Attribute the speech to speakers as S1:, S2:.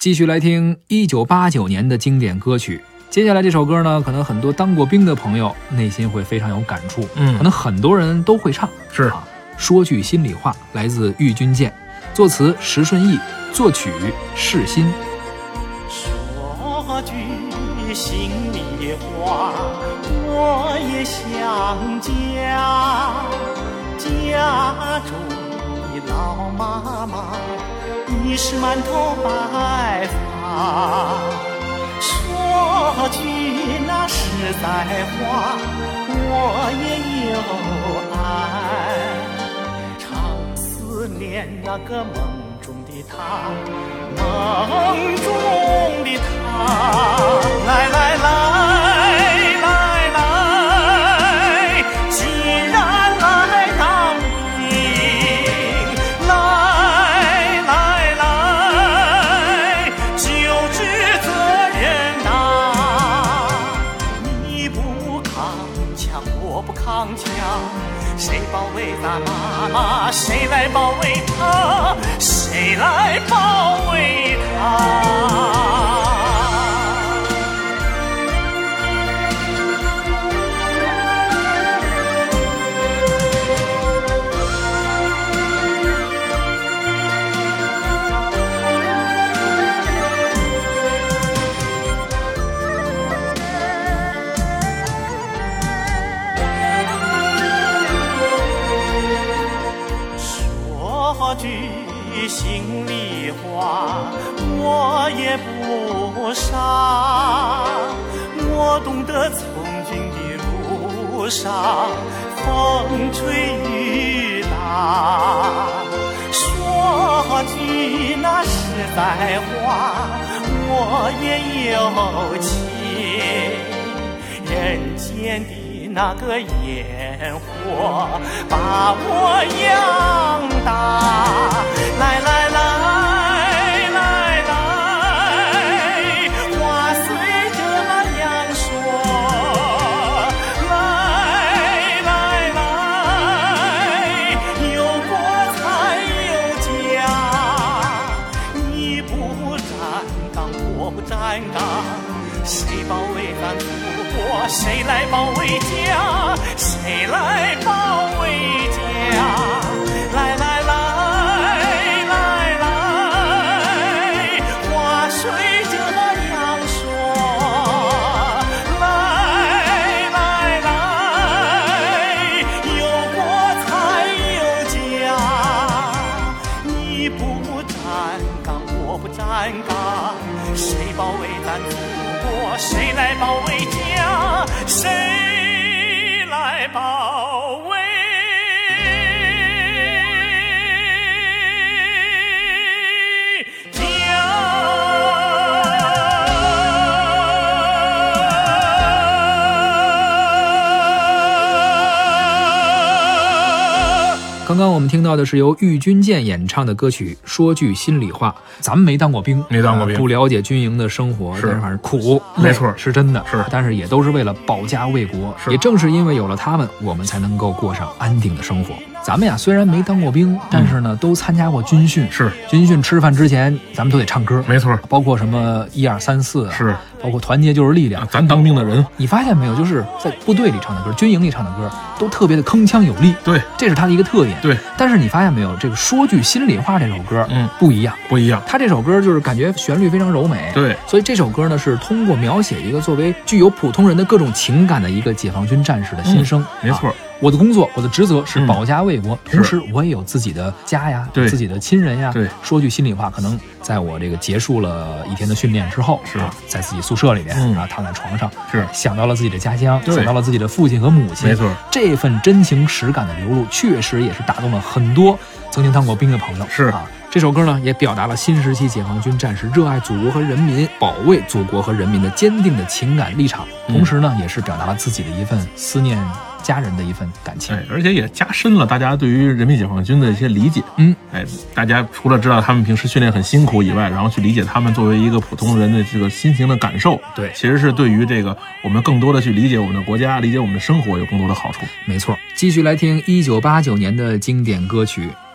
S1: 继续来听一九八九年的经典歌曲。接下来这首歌呢，可能很多当过兵的朋友内心会非常有感触，可
S2: 嗯，
S1: 能很多人都会唱。
S2: 是
S1: 啊说句心里话，来自郁钧剑，作词石顺义，作曲释心。
S3: 说句心里话，我也想家。家中的老妈妈已是满头白发。说句那实在话，我也有爱。常思念那个梦中的她，梦中的她，来来来来来，既然来当兵，来来来，就知责任大。你不扛枪，我不扛枪，谁保卫咱妈妈？谁来保卫她？谁来保卫她？说句心里话，我也不傻，我懂得从军的路上风吹雨打。说句那实在话，我也有情。人间的那个烟火把我养大。来来来来来，话虽这样说，来来来，有国才有家，你不站岗，我不站岗。谁保卫咱祖国？谁来保卫家？谁来保卫家？来来来来来，话虽这样说，来来来，有国才有家。你不站岗，我不站岗，谁保卫咱祖国？谁来保卫家？谁来保卫家？
S1: 刚刚我们听到的是由郁钧剑演唱的歌曲《说句心里话》。咱们没当过兵，
S2: 没当过兵
S1: 呃不了解军营的生活，
S2: 是
S1: 但是反正苦，
S2: 没
S1: 累
S2: 错
S1: 是真的。
S2: 是
S1: 但是也都是为了保家卫国。
S2: 是
S1: 也正是因为有了他们，我们才能够过上安定的生活。咱们呀，虽然没当过兵，但是呢，都参加过军训。
S2: 嗯是
S1: 军训吃饭之前，咱们都得唱歌，
S2: 没错，
S1: 包括什么一二三四，啊
S2: 是，
S1: 包括团结就是力量
S2: 啊。咱当兵的人，
S1: 你发现没有，就是在部队里唱的歌、军营里唱的歌，都特别的铿锵有力。
S2: 对
S1: 这是他的一个特点。
S2: 对，
S1: 但是你发现没有，这个说句心里话这首歌，
S2: 嗯，
S1: 不一样。
S2: 不一样，
S1: 他这首歌就是感觉旋律非常柔美，，
S2: 对，
S1: 所以这首歌呢是通过描写一个作为具有普通人的各种情感的一个解放军战士的心声。
S2: 嗯没错
S1: 啊，我的工作，我的职责是
S2: 嗯
S1: 保家卫国，同时我也有自己的家呀，
S2: 对
S1: 自己的亲人呀。
S2: 对
S1: 说句心里话，可能在我这个结束了一天的训练之后，
S2: 是
S1: 啊在自己宿舍里面，
S2: 嗯
S1: 然后躺在床上，
S2: 是
S1: 想到了自己的家乡，
S2: 对
S1: 想到了自己的父亲和母亲，
S2: 没错，
S1: 这份真情实感的流露，确实也是打动了很多曾经当过兵的朋友。
S2: 是
S1: 啊，这首歌呢也表达了新时期解放军战士热爱祖国和人民、保卫祖国和人民的坚定的情感立场，
S2: 嗯
S1: 同时呢也是表达了自己的一份思念家人的一份感情。
S2: 哎，而且也加深了大家对于人民解放军的一些理解。
S1: 嗯，
S2: 哎，大家除了知道他们平时训练很辛苦以外，然后去理解他们作为一个普通人的这个心情的感受，
S1: 对
S2: 其实是对于这个我们更多的去理解我们的国家，理解我们的生活有更多的好处。
S1: 没错，继续来听一九八九年的经典歌曲。